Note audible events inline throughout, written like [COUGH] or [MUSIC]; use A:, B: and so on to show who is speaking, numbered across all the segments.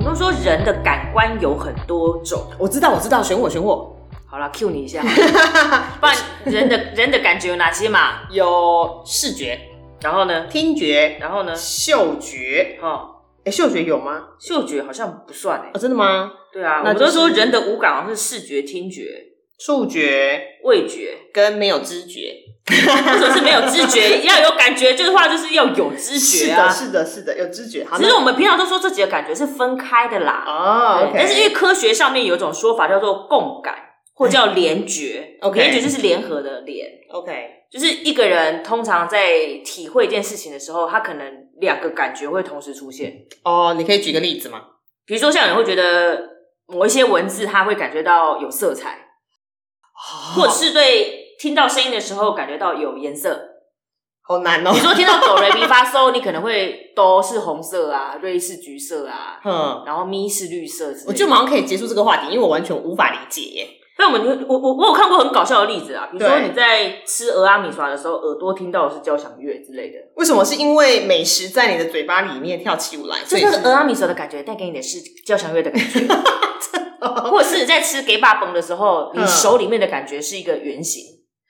A: 我都说人的感官有很多种，
B: 我知道，我知道，选我，选我。
A: 好了，Q 你
B: [LAUGHS]
A: 一下，不然人的人的感觉有哪些嘛？
B: 有视觉、
A: 然后呢？
B: 听觉、
A: 然后呢？
B: 嗅觉，
A: 哦，
B: 哎，嗅觉有吗？
A: 嗅觉好像不算哎、
B: 啊，真的吗？
A: 对啊，
B: 那
A: 我
B: 就是
A: 都说人的五感好像是视觉、听觉、
B: 触觉
A: 味觉，
B: 跟没有知觉。
A: 或者是没有知觉，要有感觉，就是话就是要有知觉啊。
B: 是的，是的，是的，有知觉。好，
A: 其实
B: 那
A: 我们平常都说这几个感觉是分开的啦，
B: 哦
A: 对
B: ，OK，
A: 但是因为科学上面有一种说法叫做共感，或叫联觉。
B: 嗯 OK
A: 联觉就是联合的联，
B: OK，
A: 就是一个人通常在体会一件事情的时候，他可能两个感觉会同时出现。
B: 哦，你可以举个例子吗？
A: 比如说，像有人会觉得某一些文字，他会感觉到有色彩，或
C: 哦
B: 或
A: 者是对听到声音的时候感觉到有颜色。
B: 好难哦
A: 比。
C: [LAUGHS]
A: 如说听到哆来咪发嗦，你可能会哆是红色啊，瑞是橘色啊，
B: 嗯，
A: 然后咪是绿色之类的。
B: 我觉得我们好像可以结束这个话题，因为我完全无法理解耶。
A: 那我们就我我我有看过很搞笑的例子啊，比如说
B: 对
A: 你在吃鹅阿米刷的时候，耳朵听到的是交响乐之类的，
B: 为什么？是因为美食在你的嘴巴里面跳起舞来，
A: 就
B: 所以
A: 是那
B: 是呃
A: 个鹅阿米刷的感觉带给你的是交响乐的
B: [LAUGHS]
A: 感觉， [LAUGHS] 或者是你在吃给爸崩的时候，你
B: 嗯
A: 手里面的感觉是一个圆
B: [LAUGHS]
A: 形，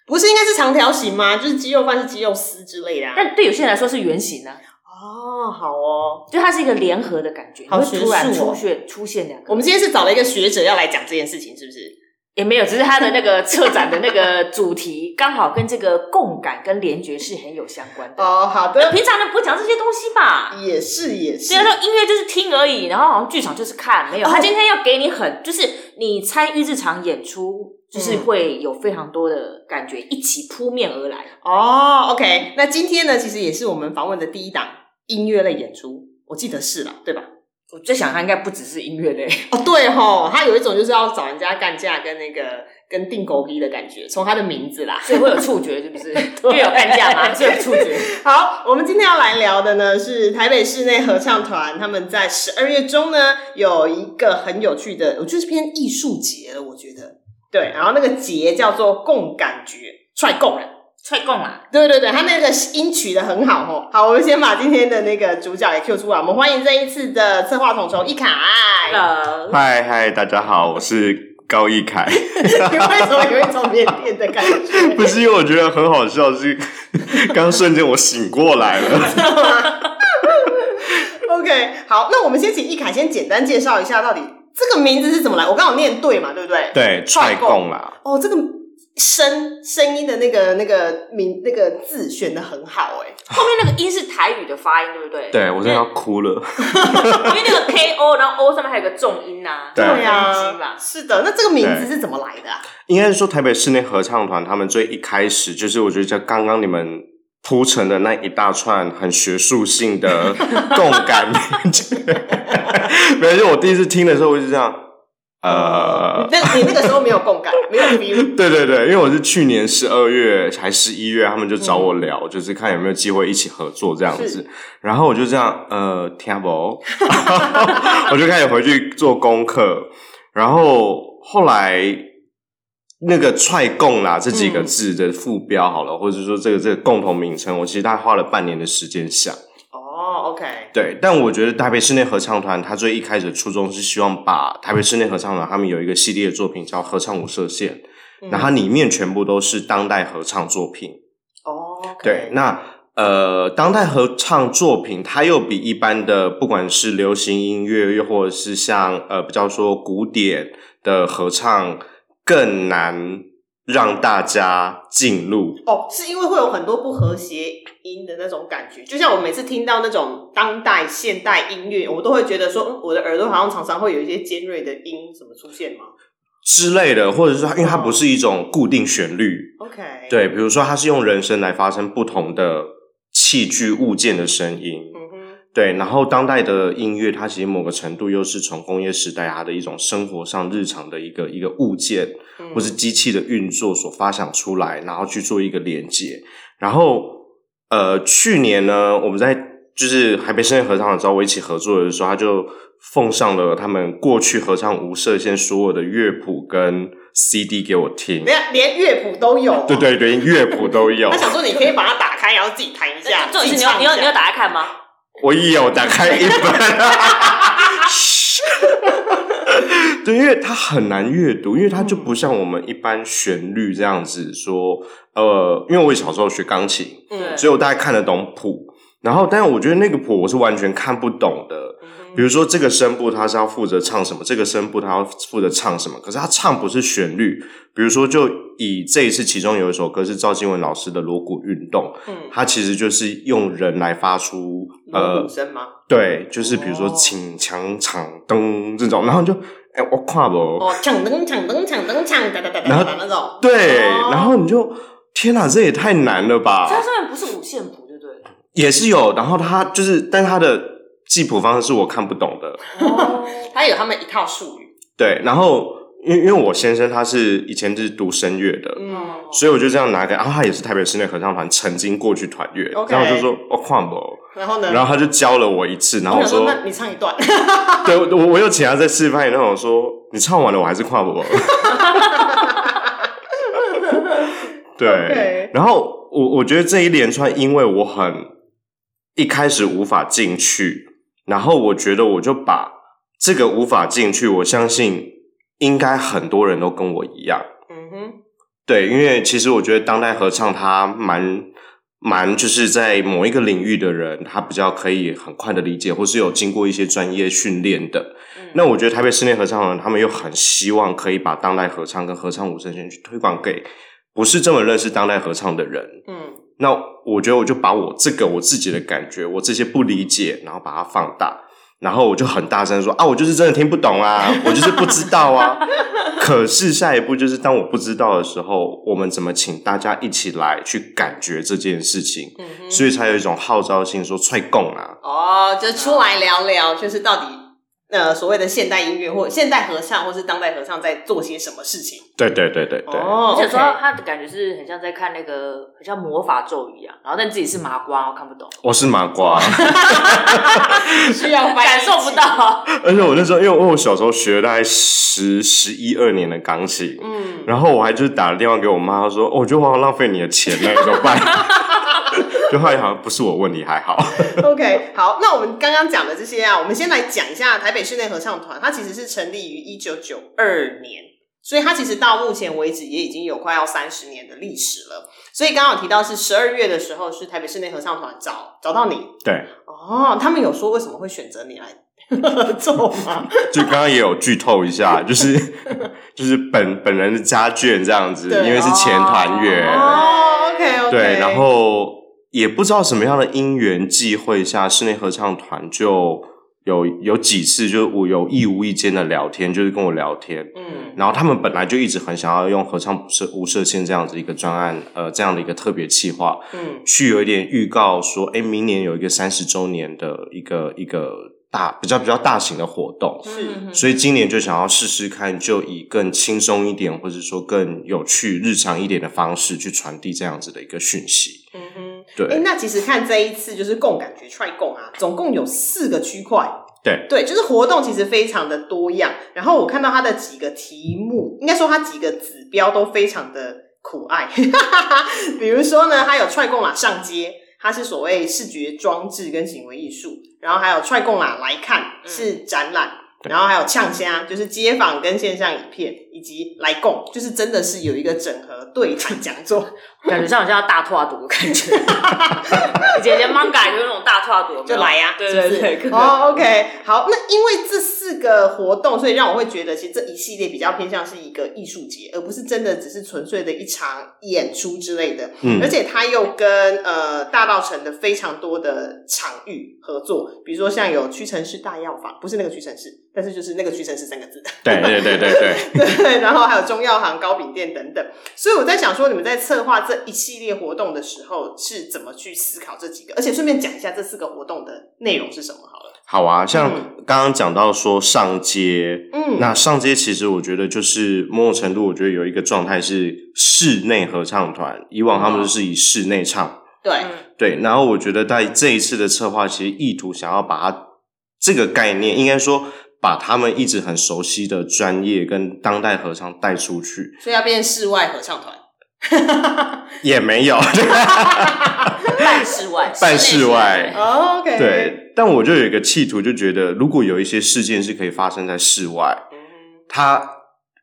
B: 不是应该是长条形吗？就是鸡肉饭是鸡肉丝之类的、啊。
A: 但对有些人来说是圆形啊，
B: 哦，好哦，
A: 就它是一个联合的感觉，你
B: 好
A: 会突然
B: 学术
A: 出
B: 哦
A: 现出现两个，
B: 我们今天是找了一个学者要来讲这件事情，是不是？
A: 也没有，只是它的那个策展的那个主题刚好跟这个共感跟联觉是很有相关的，呃
B: 哦，好的，啊
A: 平常人不会讲这些东西吧？
B: 也是也
A: 虽然说音乐就是听而已，然后好像剧场就是看，没有。
B: 哦
A: 他今天要给你很，就是你参与这场演出，就是会有非常多的感觉一起扑面而来。
B: 哦，OK，那今天呢，其实也是我们访问的第一档音乐类演出，我记得是啦，对吧？
A: 我最想他应该不只是音乐类，
B: 哦，对吼，他有一种就是要找人家干架跟那个跟定狗逼的感觉，从他的名字啦。
A: 所以会有触觉，是不 [LAUGHS] 是？因为有干架嘛，所以有触觉。
B: 好，我们今天要来聊的呢是台北室内合唱团，他们在十二月中呢有一个很有趣的，我就是偏艺术节了，我觉得对，然后那个节叫做共感觉，踹共人。
A: 踹共啦，
B: 对对对，他那个音取的很好哦。好，我们先把今天的那个主角也 Q 出来，我们欢迎这一次的策划统筹
D: [LAUGHS]
B: 一凯。 [LAUGHS]
A: 呃，
D: 嗨嗨，大家好，我是高一凯。 [LAUGHS]
B: 你为什么有一种腼腆的感觉？
D: 不是因为我觉得很好笑，是 [LAUGHS] 刚刚瞬间我醒过来了。
B: OK，好，那我们先请一凯先简单介绍一下，到底这个名字是怎么来？我刚好念对嘛，对不对？。
D: [LAUGHS] 对，
B: 踹
D: [LAUGHS] 踹
B: 供
D: 供啦，
B: 哦，这个声声音的那个那个名那个字选的很好哎、
A: 后面那个音是台语的发音，对不对？
D: 对我真的要哭了。
A: 因为那个 K O，然后 O 上面还有个重音呐、
D: 对
B: 对
A: 呀、
B: 啊，是的。那这个名字
D: 对
B: 是怎么来的、啊？
D: 应该是说台北室内合唱团，他们最一开始就是，我觉得在刚刚你们铺陈的那一大串很学术性 [LAUGHS] 的共感连接，没有，就我第一次听的时候，我就这样，
B: [LAUGHS]
D: 呃，
B: 那你那个时候没有共 [LAUGHS] 感，没有 feel。
D: [LAUGHS] 对对对，因为我是去年十二月还十一月，他们就找我聊，就是看有没有机会一起合作这样
B: 是
D: 子。然后我就这样，呃，听不懂， [LAUGHS] 我就开始回去做功课。然后后来那个“踹共”啦这几个字的副标好了，或者说这个这个共同名称，我其实大概花了半年的时间想。
B: 哦，OK，
D: 对，但我觉得台北室内合唱团，它最一开始的初衷是希望把台北室内合唱团他们有一个系列的作品叫《合唱舞社线》，那它里面全部都是当代合唱作品。
B: 哦，OK，
D: 对，那呃，当代合唱作品，它又比一般的不管是流行音乐，又或者是像呃比较说古典的合唱，更难让大家进入。
B: 哦，是因为会有很多不和谐音的那种感觉，就像我每次听到那种当代现代音乐，我都会觉得说，嗯，我的耳朵好像常常会有一些尖锐的音什么出现嘛。
D: 之类的，或者是它因为它不是一种固定旋律，
B: OK，，
D: 对，比如说它是用人声来发生不同的器具物件的声音，
B: 嗯哼，
D: 对，然后当代的音乐，它其实某个程度又是从工业时代它的一种生活上日常的一个一个物件，
B: 嗯
D: 或是机器的运作所发想出来，然后去做一个连接。然后，呃，去年呢，我们在就是海北深夜合唱的时候，我一起合作的时候，他就奉上了他们过去合唱无设限所有的乐谱跟 CD 给我听
B: 等一。下连乐谱都有、
D: 对。对对，连乐谱都有
B: 他。想说你可以把它打开，然后自己弹呃一下，
E: 重
B: 自
E: 点是
B: 己
E: 你有
B: 唱
E: 你
B: 一下
E: 有你有打开看吗？
D: 我有打开一本。对，因为它很难阅读，因为它就不像我们一般旋律这样子说，呃，因为我小时候学钢琴，
E: 对
D: 所以我大概看得懂谱，然后但是我觉得那个谱我是完全看不懂的。
B: 嗯
D: 比如说这个声部它是要负责唱什么，这个声部它要负责唱什么，可是它唱不是旋律。比如说，就以这一次其中有一首歌是赵静雯老师的《锣鼓运动》，
B: 嗯，
D: 它其实就是用人来发出
B: 锣
D: 呃
B: 鼓，声吗？
D: 对，就是比如说
B: 哦
D: 请强场灯这种，然后就哎、我跨不，
B: 哦，锵噔锵噔锵噔锵哒哒哒哒
D: 然后
B: 哒那种，
D: 对，
B: 哦
D: 然后你就天哪，这也太难了吧！
E: 它上面不是五线谱，对不对？
D: 也是有，然后他就是，但他的记谱方式是我看不懂的。
B: 他有他们一套术语。
D: 对，然后因为因为我先生他是以前就是读声乐的，
B: 嗯，
D: 所以我就这样拿给，然啊后他也是台北室内合唱团曾经过去团乐
B: OK
D: 然后我就说哦看不，
B: 然后呢？
D: 然后他就教了我一次，然后
B: 我
D: 我
B: 想说，
D: 说，
B: 那你唱一段， [LAUGHS]
D: [LAUGHS] 对我我又请他再示范一段，我说你唱完了我还是看不，对
B: OK
D: 然后我我觉得这一连串，因为我很一开始无法进去，然后我觉得我就把这个无法进去，我相信应该很多人都跟我一样，
B: 嗯哼，
D: 对，因为其实我觉得当代合唱它蛮蛮就是在某一个领域的人，他比较可以很快的理解，或是有经过一些专业训练的。那我觉得台北室内合唱团他们又很希望可以把当代合唱跟合唱五声线去推广给不是这么认识当代合唱的人。
B: 嗯
D: 那我觉得我就把我这个我自己的感觉，我这些不理解，然后把它放大，然后我就很大声说啊，我就是真的听不懂啊，我就是不知道
B: [LAUGHS]
D: 啊。可是下一步就是当我不知道的时候，我们怎么请大家一起来去感觉这件事情？
B: 嗯哼，
D: 所以才有一种号召性说踹共啊，
B: 哦，就出来聊聊，就是到底呃所谓的现代音乐或现代合唱或是当代合唱在做些什么事情。
D: 对对对对对，
B: 哦
E: 而且说
B: OK
E: 他的感觉是很像在看那个，很像魔法咒语一样，然后但自己是麻瓜，我看不懂，
D: 我是麻瓜。啊
B: 需要翻译
E: 感受不到。
D: [LAUGHS] 而且我那时候，因为我小时候学了大概十十一二年的
B: [LAUGHS]
D: 钢琴，
B: [LAUGHS] 嗯，
D: 然后我还就是打了电话给我妈，她说：“哦，我觉得我好像浪费你的钱呢，怎么办？” [LAUGHS] 就后来好像不是我问题，还好。
B: OK，好，那我们刚刚讲的这些啊，我们先来讲一下台北室内合唱团，它其实是成立于一九九二年，所以它其实到目前为止也已经有快要三十年的历史了。所以刚刚有提到是十二月的时候是台北室内合唱团找找到你
D: 对，
B: 哦，他们有说为什么会选择你来合作吗？
D: 就刚刚也有剧透一下，就是就是本本人的家眷这样子，
B: 对
D: 因为是前团员，
B: [LAUGHS] 哦，OK OK，
D: 对，然后也不知道什么样的因缘际会下，室内合唱团就有有几次就是我有意无意间的聊天，就是跟我聊天，
B: 嗯
D: 然后他们本来就一直很想要用合唱不设无设限这样子一个专案，呃，这样的一个特别企划，
B: 嗯
D: 去有一点预告说，哎，明年有一个三十周年的一个一个大比较比较大型的活动，
E: 嗯
B: 是
D: 所以今年就想要试试看，就以更轻松一点，或者说更有趣、日常一点的方式去传递这样子的一个讯息。
B: 嗯哼，
D: 对、
B: 哎、那其实看这一次就是共感觉 try 共啊，总共有四个区块。
D: 对，
B: 对，就是活动其实非常的多样。然后我看到它的几个题目，应该说它几个指标都非常的可爱。 [LAUGHS] 比如说呢，它有踹贡啦上街，它是所谓视觉装置跟行为艺术，然后还有踹贡啦来看是展览。
D: 对
B: 然后还有呛虾，就是街访跟线上影片，以及来共，就是真的是有一个整合对谈讲座，
E: 感觉上好像要大拓读的感觉。以前连 manga 就那种大拓读，
B: 就来呀、
E: 哦对
B: 是不
E: 对
B: 是
E: 对，可能
B: 哦、o k 好，那因为这四个活动，所以让我会觉得，其实这一系列比较偏向是一个艺术节，而不是真的只是纯粹的一场演出之类的。
D: 嗯
B: 而且它又跟呃大道城的非常多的场域合作，比如说像有屈臣氏大药房，不是那个屈臣氏，但是就是那个屈臣氏三个字，
D: 对对对对
B: [LAUGHS]
D: 对，
B: 对，然后还有中药行、糕饼店等等。所以我在想说，你们在策划这一系列活动的时候，是怎么去思考这几个？而且顺便讲一下这四个活动的内容是什么好了。
D: 好啊，像
B: 嗯
D: 刚刚讲到说上街，
B: 嗯
D: 那上街其实我觉得就是某种程度，我觉得有一个状态是室内合唱团，以往
B: 嗯
D: 他们就是以室内唱，
B: 对，
A: 嗯
E: 嗯
D: 对，然后我觉得在这一次的策划，其实意图想要把它这个概念，应该说把他们一直很熟悉的专业跟当代合唱带出去，
B: 所以要变室外合
A: [LAUGHS]
B: 唱团。
D: 也没有 [LAUGHS]
A: 半室外，
D: 办
A: 室内
D: 室外，
B: 哦 OK，
D: 对，但我就有一个企图，就觉得如果有一些事件是可以发生在室外，
B: 嗯
D: 它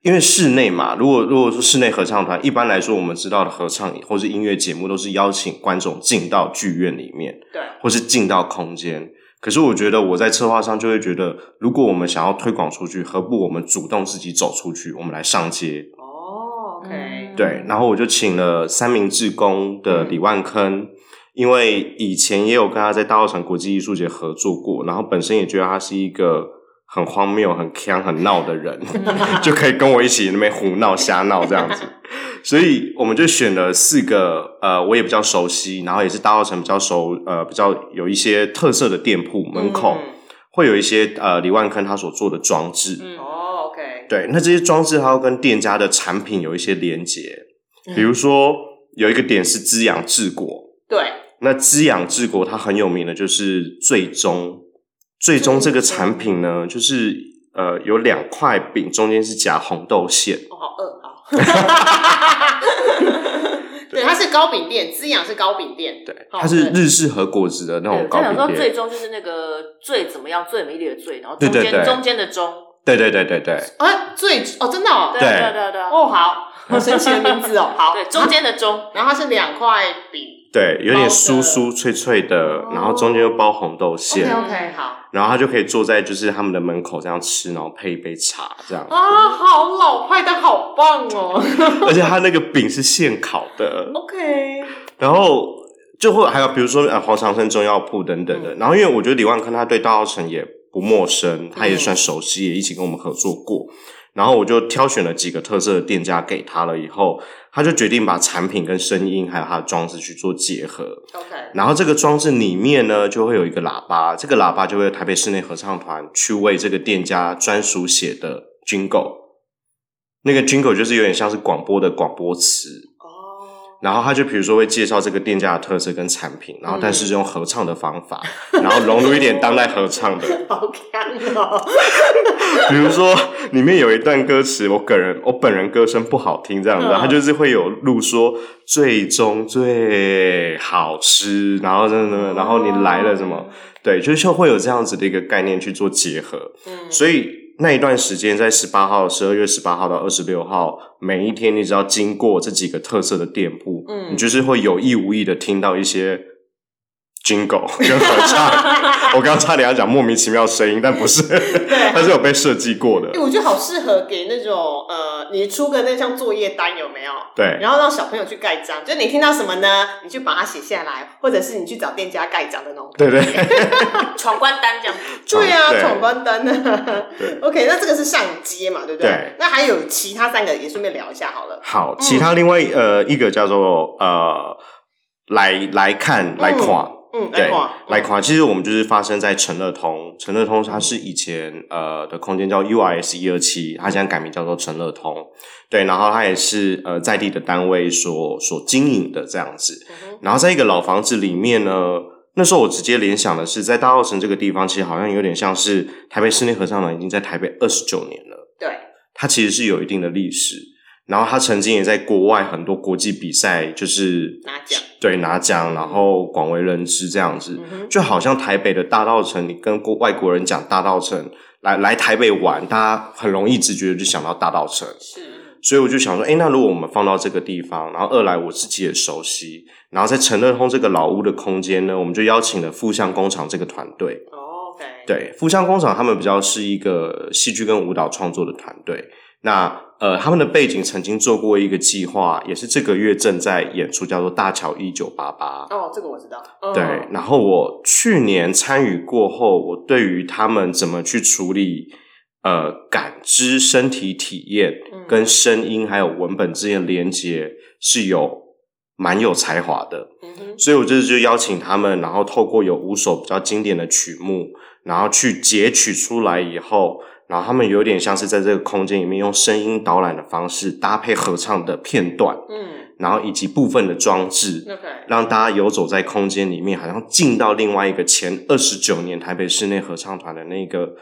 D: 因为室内嘛，如果如果说室内合唱团，一般来说我们知道的合唱或是音乐节目都是邀请观众进到剧院里面，
B: 对，
D: 或是进到空间。可是我觉得我在策划上就会觉得，如果我们想要推广出去，何不我们主动自己走出去，我们来上街？
B: 哦，OK，
A: 嗯
D: 对，然后我就请了三明治工的李万坑，因为以前也有跟他在大稻城国际艺术节合作过，然后本身也觉得他是一个很荒谬、很腔、很闹的人， [LAUGHS] 就可以跟我一起那边胡闹、瞎闹这样子。所以我们就选了四个，呃，我也比较熟悉，然后也是大稻城比较熟，呃，比较有一些特色的店铺门口、会有一些呃李万坑他所做的装置，
B: 嗯哦，OK，
D: 对，那这些装置它要跟店家的产品有一些连接，比如说有一个点是滋养治国，
B: 对，
D: 那滋养治国它很有名的就是最终，最终这个产品呢，就是呃有两块饼，中间是夹红豆馅，
B: 我哦好饿，
D: [LAUGHS]
B: 好。对，它是糕饼店，滋养是糕饼店，
D: 对，
B: 哦
D: 它是
B: 对
D: 日式和果子的那
A: 对，
D: 种
A: 我刚
D: 糕
A: 想说
D: 饼
A: 最
D: 店，
A: 终就是那个最怎么样最美丽的最，然后
D: 对
A: 中
D: 对
A: 间
D: 对
A: 中间的中，
D: 对对对对对，
B: 啊，最哦，真的哦，
A: 对
D: 对
A: 啊对啊对啊对啊，
B: 哦，好，好神奇的名字哦，好，
A: 对中间的中，
B: 然后它是两块饼
D: 对，有点
B: 包
D: 酥
B: 的
D: 酥脆脆的，然后中间又包红豆馅
B: ，OK，OK，好，
D: 然后他就可以坐在就是他们的门口这样吃，然后配一杯茶这样。
B: 啊，好老派，但好棒哦
D: 而且它那个饼是现烤的，
B: ，OK，
D: 然后就会还有比如说呃黄长生中药铺等等的。然后因为我觉得李万坑他对大稻城也不陌生，他也算熟悉，也一起跟我们合作过。然后我就挑选了几个特色的店家给他了以后，他就决定把产品跟声音还有他的装置去做结合。
B: [LAUGHS] OK，
D: 然后这个装置里面呢，就会有一个喇叭，这个喇叭就会有台北室内合唱团去为这个店家专属写的 jingle，那个 jingle 就是有点像是广播的广播词。
B: 哦，
D: 然后他就比如说会介绍这个店家的特色跟产品，然后但是用合唱的方法， [LAUGHS] 然后融入一点当代合唱
B: [LAUGHS]
D: 的，
B: 好看哦，
D: 比如说里面有一段歌词，我个人我本人歌声不好听这样子，
B: 嗯
D: 他就是会有录说最终最好吃，然后真的，然后你来了什么，对，就是就会有这样子的一个概念去做结合，
B: 嗯
D: 所以。那一段时间，在十八号、十二月十八号到二十六号，每一天你只要经过这几个特色的店铺，
B: 嗯
D: 你就是会有意无意的听到一些
B: [LAUGHS]
D: jingle 跟合唱。我刚刚差点要讲莫名其妙的声音，但不是，它是有被设计过的
B: 哎、。我觉得好适合给那种呃，你出个那像作业单有没有？
D: 对，
B: 然后让小朋友去盖章，就你听到什么呢，你去把它写下来，或者是你去找店家盖章的那种。
D: 对对
A: 闯关单这样，
B: 对啊，
D: 对
B: 闯关灯啊。[LAUGHS]
D: 对
B: OK，那这个是上街嘛，对不对？
D: 对
B: 那还有其他三个也顺便聊一下好了。
D: 好，其他另外呃一个叫做呃来来看来垮。
B: 嗯，嗯
D: 对
B: 来看，
D: 来垮，其实我们就是发生在陈乐通。陈乐通它是以前呃的空间叫 URS 一二七，它现在改名叫做陈乐通。对，然后它也是呃在地的单位所所经营的这样子。
B: 嗯
D: 然后在一个老房子里面呢，那时候我直接联想的是，在大澳城这个地方，其实好像有点像是台北室内合唱团已经在台北二十九年了。
B: 对，
D: 它其实是有一定的历史。然后它曾经也在国外很多国际比赛，就是
B: 拿奖，
D: 对拿奖，然后广为人知这样
B: 嗯
D: 子。就好像台北的大稻城，你跟国外国人讲大稻城，来来台北玩，大家很容易直觉就想到大稻城。
B: 是，
D: 所以我就想说，哎，那如果我们放到这个地方，然后二来我自己也熟悉，然后在陈乐通这个老屋的空间呢，我们就邀请了富相工厂这个团队。
B: 哦，OK，，
D: 对，富相工厂他们比较是一个戏剧跟舞蹈创作的团队。那呃，他们的背景曾经做过一个计划，也是这个月正在演出，叫做《大桥一九八八》。
B: 哦，这个我知道，嗯
D: 对，然后我去年参与过后，我对于他们怎么去处理呃感知、身体体验
A: 嗯
D: 跟声音还有文本之间的连接是有蛮有才华的，
A: 嗯哼，
D: 所以我这次就邀请他们，然后透过有五首比较经典的曲目，然后去截取出来以后，然后他们有点像是在这个空间里面用声音导览的方式搭配合唱的片段，
B: 嗯
D: 然后以及部分的装置，
B: ，OK，
D: 让大家游走在空间里面，好像进到另外一个前二十九年台北室内合唱团的那个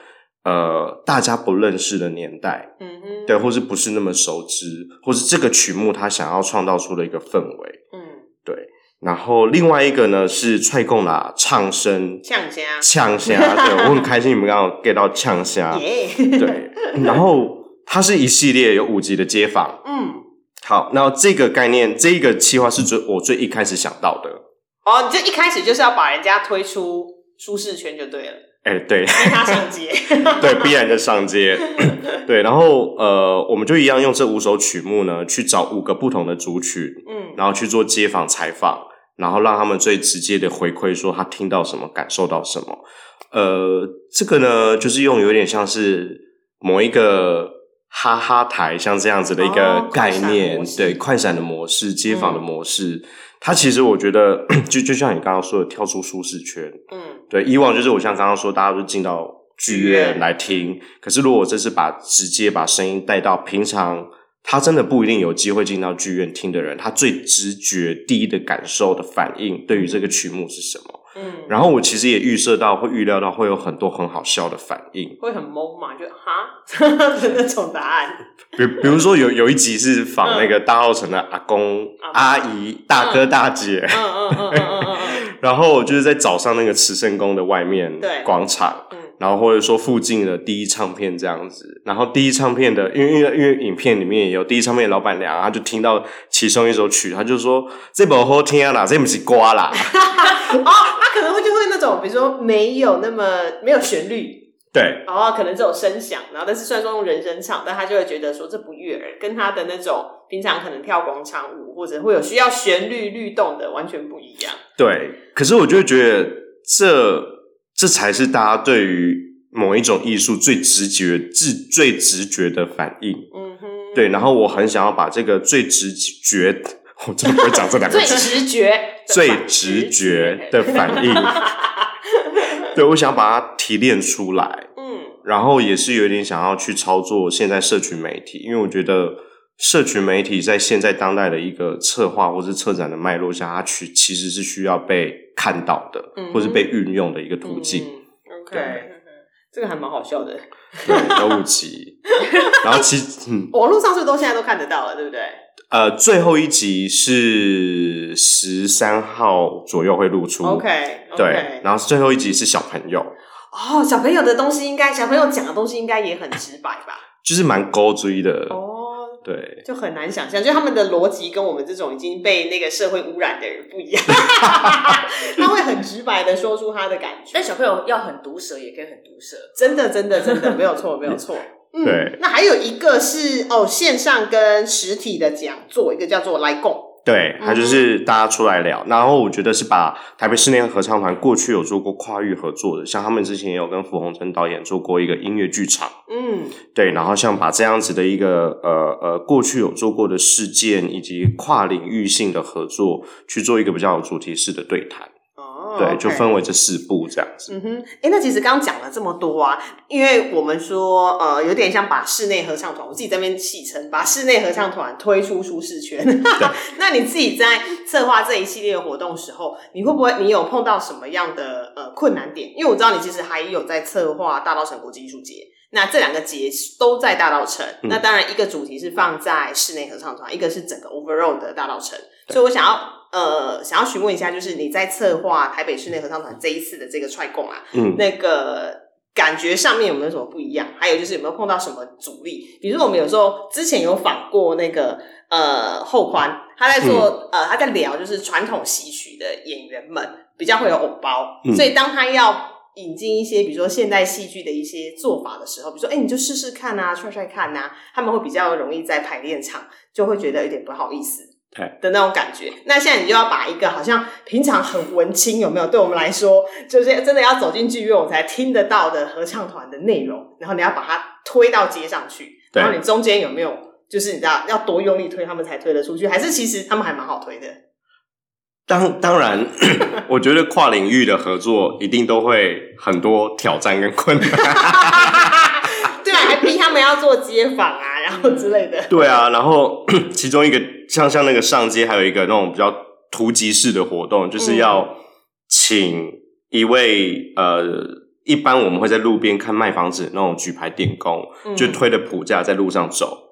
D: 呃大家不认识的年代，
B: 嗯哼，
D: 对，或是不是那么熟知，或是这个曲目它想要创造出的一个氛围。
B: 嗯，
D: 然后另外一个呢是踹共啦唱声
B: 呛虾，
D: 呛虾，对我很开心你们刚刚有 get 到呛虾，
B: 耶，
D: 对，然后它是一系列有五集的街
B: [LAUGHS]
D: 访。
B: 嗯，
D: 好，那这个概念，这个计划是最我最一开始想到的。
B: 哦，你就一开始就是要把人家推出舒适圈就对了，
D: 哎、对，
B: 逼他上 [LAUGHS] 街，
D: [LAUGHS] 对，必然的上街。对，然后呃，我们就一样用这五首曲目呢，去找五个不同的族群，
B: 嗯
D: 然后去做街访采访，然后让他们最直接的回馈，说他听到什么，感受到什么。呃，这个呢，就是用有点像是某一个哈哈台像这样子的一个
B: 哦快
D: 概
B: 闪
D: 念，
B: 模式嗯
D: 对，快闪的模式，街访的模式。它其实我觉得， [CLEARS THROAT] 就就像你刚刚说的，跳出舒适圈，
B: 嗯
D: 对，以往就是我像刚刚说，大家都进到剧
B: 剧
D: 院
B: 院
D: 来听，可是如果这次把直接把声音带到平常，他真的不一定有机会进到剧院听的人，他最直觉第一的感受的反应，对于这个曲目是什么？
B: 嗯，
D: 然后我其实也预设到，会预料到会有很多很好笑的反应，
B: 会很懵嘛，就哈 [LAUGHS] 的那种答案， [LAUGHS]
D: 比比如说有有一集是仿那个大澳城的阿公、阿
B: 阿
D: 姨、大哥、大姐，
B: 嗯嗯嗯嗯嗯嗯嗯。
D: 然后就是在早上那个慈圣宫的外面
B: 对
D: 广场，
B: 嗯
D: 然后或者说附近的第一唱片这样子，然后第一唱片的，因为因为因为影片里面也有第一唱片的老板娘，她就听到其中一首曲，她就说这不好听啊啦，这不是瓜
B: [LAUGHS]
D: 啦，
B: 哦，他可能会就会那种，比如说没有那么没有旋律，
D: 对
B: 然后可能只有声响，然后但是虽然说用人声唱，但他就会觉得说这不悦耳，跟他的那种平常可能跳广场舞或者会有需要旋律律动的完全不一样。
D: 对。可是我就会觉得这这才是大家对于某一种艺术最直觉、最最直觉的反应。
B: 嗯哼，
D: 对，，然后我很想要把这个最直觉， [LAUGHS] 我真的不会讲这两个
B: 最
D: 字，
B: 直觉，
D: [LAUGHS] 最直觉的反
B: [LAUGHS]
D: 应。对，我想把它提炼出来，
B: 嗯
D: 然后也是有点想要去操作现在社群媒体，因为我觉得社群媒体在现在当代的一个策划或是策展的脉络下，它去其实是需要被看到的，
B: 嗯哼
D: 或是被运用的一个途径。
B: 嗯、OK，
D: 对
B: 这个还蛮好笑的。
D: 对，有五集，然后其 [LAUGHS] 嗯
B: 网络上是不是都现在都看得到了，对不对？
D: 呃最后一集是十三号左右会露出
B: OK，, o
D: 嗯对
B: k，
D: 然后最后一集是小朋友。
B: 哦，小朋友的东西应该，小朋友讲的东西应该也很直白
D: [LAUGHS]
B: 吧？
D: 就是蛮高追的，
B: 哦，
D: 对，
B: 就很难想象，就他们的逻辑跟我们这种已经被那个社会污染的人不一
D: [LAUGHS]
B: 样， [LAUGHS] 他会很直白的说出他的感觉
A: 但。小朋友要很毒舌，也可以很毒舌。
B: 真的，真的，真的，没有错，没有
D: [LAUGHS]
B: 错。嗯
D: 对，
B: 那还有一个是哦，线上跟实体的讲座，一个叫做来共，
D: 对，他就是
B: 嗯
D: 大家出来聊，然后我觉得是把台北室内合唱团过去有做过跨域合作的，像他们之前也有跟傅红尘导演做过一个音乐剧场，
B: 嗯
D: 对，然后像把这样子的一个呃呃过去有做过的事件以及跨领域性的合作，去做一个比较有主题式的对谈，
B: 哦，
D: 对，就
B: OK
D: 分为这四步这样子。
B: 嗯哼，哎，那其实刚刚讲了这么多啊，因为我们说，呃，有点像把室内合唱团，我自己在那边戏称，把室内合唱团推出舒适圈。 [LAUGHS] 那你自己在策划这一系列的活动时候，你会不会你有碰到什么样的呃困难点？因为我知道你其实还有在策划大稻城国际艺术节，那这两个节都在大稻城。
D: 嗯
B: 那当然，一个主题是放在室内合唱团，一个是整个 overall 的大稻城。所以我想要。呃，想要询问一下，就是你在策划台北室内合唱团这一次的这个踹共啊，
D: 嗯，
B: 那个感觉上面有没有什么不一样？还有就是有没有碰到什么阻力？比如说我们有时候之前有访过那个呃后宽，他在做、呃他在聊就是传统戏曲的演员们比较会有偶包，
D: 嗯
B: 所以当他要。引进一些，比如说现代戏剧的一些做法的时候，比如说，哎、你就试试看啊，踹踹看啊，他们会比较容易在排练场就会觉得有点不好意思，
D: 对
B: 的那种感觉。那现在你就要把一个好像平常很文青，有没有？对我们来说，就是真的要走进剧院，我才听得到的合唱团的内容，然后你要把它推到街上去，
D: 对
B: 然后你中间有没有就是你知道要多用力推他们才推得出去，还是其实他们还蛮好推的？
D: 当
B: [LAUGHS]
D: 当然，我觉得跨领域的合作一定都会很多挑战跟困难。
B: 对啊，还逼他们要做街访啊，然后之类的。
D: 对啊，然后 [CLEARS THROAT] 其中一个像像那个上街，还有一个那种比较突击式的活动，就是要请一位呃，一般我们会在路边看卖房子那种举牌电工，就推着谱架在路上走。
B: 嗯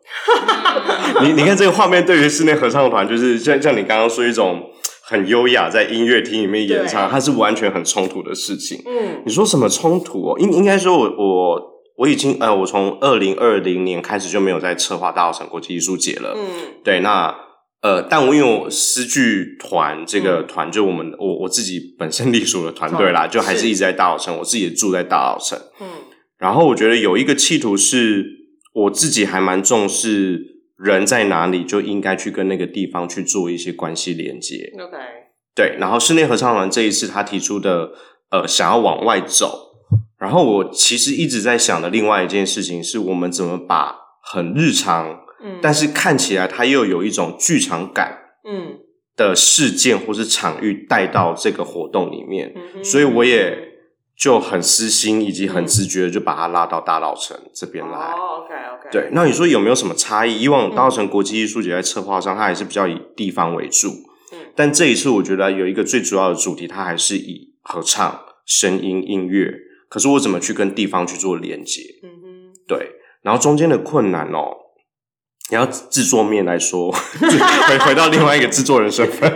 D: 你你看这个画面，对于室内合唱团，就是像像你刚刚说一种很优雅在音乐厅里面演唱，
B: 对
D: 它是完全很冲突的事情。
B: 嗯
D: 你说什么冲突哦？应应该说我，我我已经呃，我从二零二零年开始就没有在策划大稻城国际艺术节了。
B: 嗯
D: 对，那呃，但我因为我诗剧团这个团，就我们我我自己本身隶属的团队啦，就还是一直在大稻城，我自己也住在大稻城。
B: 嗯
D: 然后我觉得有一个企图是，我自己还蛮重视人在哪里，就应该去跟那个地方去做一些关系连接。
B: ，OK，
D: 对，然后室内合唱团这一次他提出的呃，想要往外走。然后我其实一直在想的另外一件事情是，我们怎么把很日常，
B: 嗯，
D: 但是看起来它又有一种剧场感
B: 嗯
D: 的事件或是场域带到这个活动里面，
B: 嗯哼，
D: 所以我也就很私心以及很直觉地就把它拉到大稻城这边来。
B: 哦，OK OK，
D: 对，那你说有没有什么差异？以往大稻城国际艺术节在策划上，它还是比较以地方为主，
B: 嗯
D: 但这一次我觉得有一个最主要的主题，它还是以合唱、声音、音乐。可是我怎么去跟地方去做连接？
B: 嗯哼，
D: 对，然后中间的困难哦，也要制作面来说， [LAUGHS] 回回到另外一个制作人
B: [LAUGHS]
D: 身份，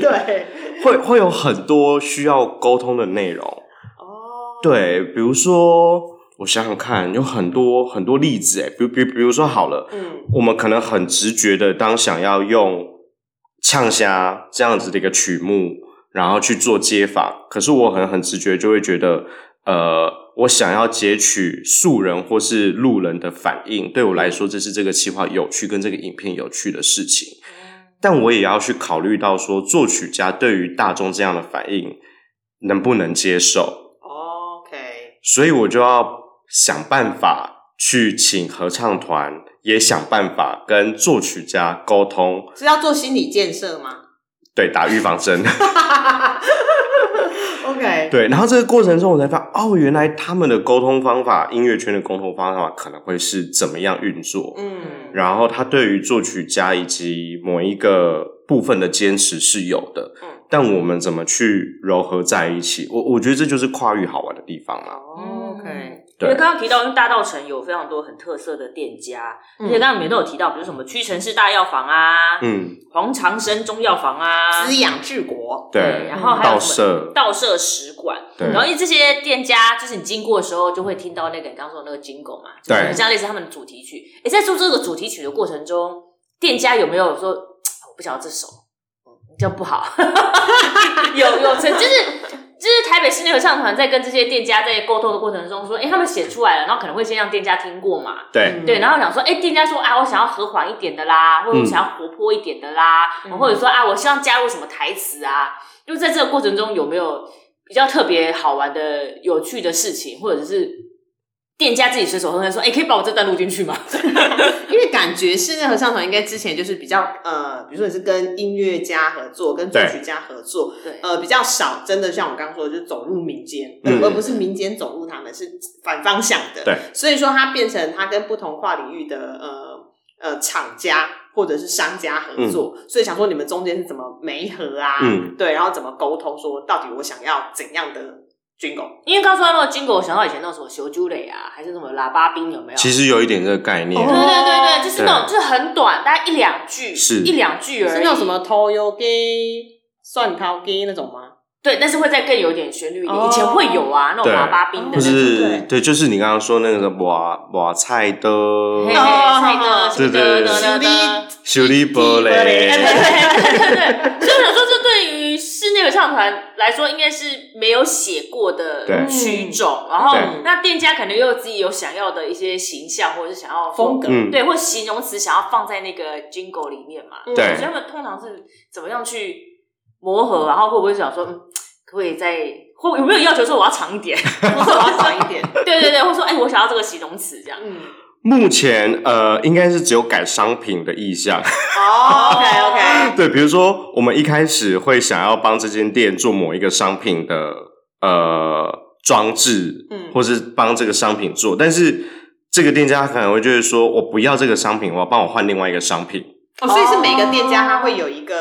B: 对，
D: 会会有很多需要沟通的内容。
B: 哦，
D: 对，比如说，我想想看，有很多很多例子诶，欸比如比如比如说好了，
B: 嗯
D: 我们可能很直觉的，当想要用唱虾这样子的一个曲目，然后去做街访，可是我很很直觉就会觉得，呃，我想要截取素人或是路人的反应，对我来说，这是这个企划有趣跟这个影片有趣的事情。但我也要去考虑到说，作曲家对于大众这样的反应能不能接受？
B: 哦，OK，
D: 所以我就要想办法去请合唱团，也想办法跟作曲家沟通，
B: 是要做心理建设吗 [LAUGHS]
D: 对，打预防针。 [LAUGHS]
B: ？OK，
D: 对，然后这个过程中我才发哦，原来他们的沟通方法，音乐圈的沟通方法可能会是怎么样运作。
B: 嗯
D: 然后他对于作曲家以及某一个部分的坚持是有的，
B: 嗯
D: 但我们怎么去糅合在一起？我我觉得这就是跨域好玩的地方啊啦。
B: 哦，OK，
A: 嗯因
D: 对
A: 为，刚刚提到，因为大稻城有非常多很特色的店家，
B: 嗯
A: 而且刚刚你们都有提到，比如什么屈臣氏大药房啊，
D: 嗯，
A: 黄长生中药房啊，
B: 滋养治国，
D: 对，
A: 嗯然哦后还
D: 道
A: 有什么
D: 社，
A: 道社使馆，
D: 对
A: 然后因为这些店家，就是你经过的时候就会听到那个你刚刚说的那个 jingle 嘛，就是
D: 对
A: 很像类似他们的主题曲。诶，在做这个主题曲的过程中，店家有没有说我不想要这首，嗯，这样不好？ [LAUGHS] 有有曾就是。就是台北室内合唱团在跟这些店家在沟通的过程中说，诶，他们写出来了，然后可能会先让店家听过嘛，
D: 对，
B: 嗯
A: 对，然后想说，哎、店家说啊，我想要和缓一点的啦，或者我
D: 嗯
A: 想要活泼一点的啦，
B: 嗯
A: 或者说啊，我希望加入什么台词啊，就在这个过程中有没有比较特别好玩的、有趣的事情，或者是店家自己随手哼哼说，哎、可以把我这段录进去吗？ [LAUGHS]
B: 因为感觉室内合唱团应该之前就是比较呃，比如说你是跟音乐家合作，跟作曲家合作，
A: 对
B: 呃，比较少，真的像我刚刚说的，就是走入民间，
D: 嗯
B: 而不是民间走入他们，是反方向的。
D: 对，
B: 所以说它变成它跟不同跨领域的呃呃厂家或者是商家合作，所以想说你们中间是怎么媒合啊？
D: 嗯
B: 对，然后怎么沟通说到底我想要怎样的军工？
A: 因为刚说到那个军狗，我想到以前那种什么修啾蕾啊，还是什么喇叭兵，有没有？
D: 其实有一点这个概念。
A: 对对对
B: 哦
A: 对，就是那种就是很短，大概一两句，
D: 是
A: 一两句而已。
B: 是那种什么 Toyo Gay 蒜头 Gay 那种吗？
A: 对，但是会再更有点旋律一点。
B: 哦
A: 以前会有啊，那种
D: 对
A: 喇叭兵的
B: 对
A: 那
D: 或
A: 种。
B: 对
D: 是
B: 对
D: 对，就是你刚刚说那个什么瓦瓦菜的
A: 嘿嘿
B: 哦
A: 嘿
B: 哦
A: 是的
D: 对对
A: 是的是的
D: 修理波 [LAUGHS] 嘞
A: 对， [LAUGHS]
B: 哎
A: 对对对，对，所以我想说，这对于室内合唱团来说，应该是没有写过的
D: 对
A: 曲
B: 嗯
A: 种。然后
D: 对，
A: 那店家可能又有自己有想要的一些形象，或者是想要
B: 风格
D: 嗯
A: 对，或形容词想要放在那个 jingle 里面嘛。
B: 嗯
D: 对
A: 所以他们通常是怎么样去磨合？然后会不会想说，嗯，可不可以再或有没有要求说我要长一点？ [LAUGHS]
B: 或者我要短一点。
A: 对对对，或说哎、我想要这个形容词这样。
B: 嗯，
D: 目前呃，应该是只有改商品的意向。 [LAUGHS]
B: 哦，OK OK，
D: 对，比如说我们一开始会想要帮这间店做某一个商品的呃装置，
B: 嗯
D: 或是帮这个商品做，但是这个店家可能会就是说我不要这个商品，我要帮我换另外一个商品。
B: 哦，所以是每个店家他会有一个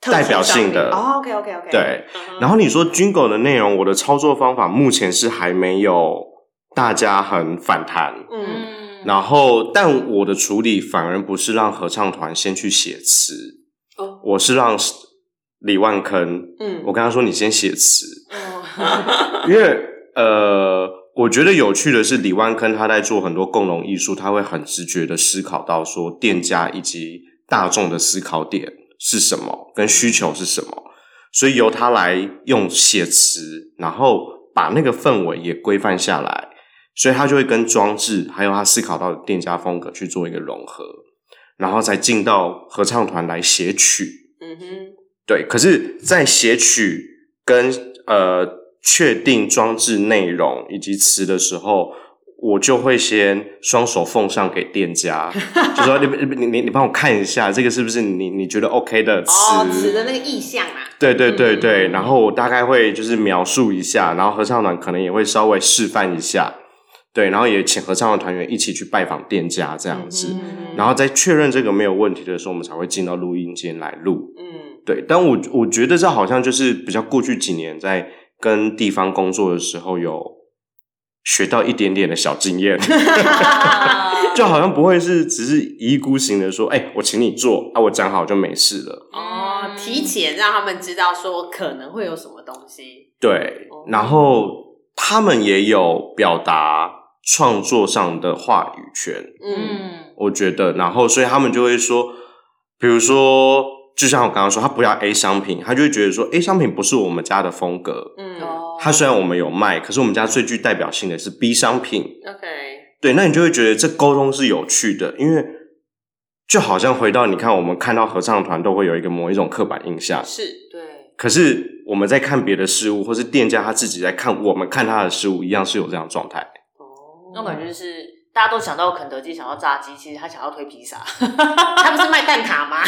B: 特殊
D: 代表性的
B: 商品哦，OK OK OK，
D: 对，然
B: 后
D: 后你说军狗的内容，我的操作方法目前是还没有大家很反弹。
B: 嗯
A: 嗯，
D: 然后，但我的处理反而不是让合唱团先去写词，
A: 哦
D: 我是让李万坑，
B: 嗯
D: 我跟他说你先写词，
A: 哦
D: [LAUGHS] 因为呃，我觉得有趣的是，李万坑他在做很多共融艺术，他会很直觉的思考到说店家以及大众的思考点是什么，跟需求是什么，所以由他来用写词，然后把那个氛围也规范下来，所以他就会跟装置还有他思考到的店家风格去做一个融合，然后再进到合唱团来写曲。
B: 嗯哼，
D: 对，可是，在写曲跟呃确定装置内容以及词的时候，我就会先双手奉上给店家，就说你你你你你帮我看一下，这个是不是你你觉得 OK 的词？
B: 哦，词的那个意象啊，
D: 对对对
A: 嗯
D: 对，然后我大概会就是描述一下，然后合唱团可能也会稍微示范一下，对，然后也请合唱的团员一起去拜访店家这样子，
B: 嗯
D: 然后在确认这个没有问题的时候，我们才会进到录音间来录。
B: 嗯
D: 对，但我我觉得这好像就是比较过去几年在跟地方工作的时候有学到一点点的小经验，就好像不会是只是一意孤行的说，哎、我请你做啊，我讲好就没事了。
B: 哦，提前让他们知道说可能会有什么东西，
D: 对
B: 哦，
D: 然后他们也有表达创作上的话语权，
B: 嗯
A: 嗯
D: 我觉得，然后所以他们就会说，比如说，就像我刚刚说，他不要 A 商品，他就会觉得说 A 商品不是我们家的风格，
B: 嗯
A: 哦，
D: 它虽然我们有卖，可是我们家最具代表性的是 B 商品。
B: ，OK，
D: 对，那你就会觉得这沟通是有趣的，因为就好像回到你看，我们看到合唱团都会有一个某一种刻板印象，
B: 是，
A: 对，
D: 可是我们在看别的事物，或是店家他自己在看我们看他的事物，一样是有这样的状态。
B: 哦
A: 那种感觉就是大家都想到肯德基，想到炸鸡，其实他想要推披萨。
B: 他不是卖蛋挞吗？